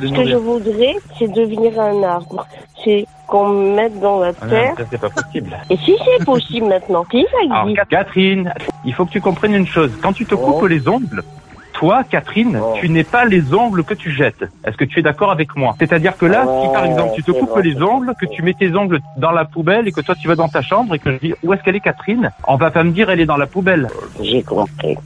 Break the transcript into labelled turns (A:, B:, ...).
A: Ce que je voudrais, c'est devenir un arbre. C'est qu'on me mette dans la
B: Ah,
A: terre.
B: ça, c'est pas possible.
A: Et si c'est possible maintenant, si ça
B: Alors,
A: existe.
B: Catherine, il faut que tu comprennes une chose. Quand tu te coupes les ongles, toi, Catherine,
C: Oh.
B: tu n'es pas les ongles que tu jettes. Est-ce que tu es d'accord avec moi C'est-à-dire que là, si par
C: Ouais,
B: exemple tu te
C: Oh, c'est
B: coupes
C: vrai.
B: les ongles, que tu mets tes ongles dans la poubelle et que toi tu vas dans ta chambre et que je dis où est-ce qu'elle est Catherine, on va pas me dire elle est dans la poubelle.
C: J'ai compris.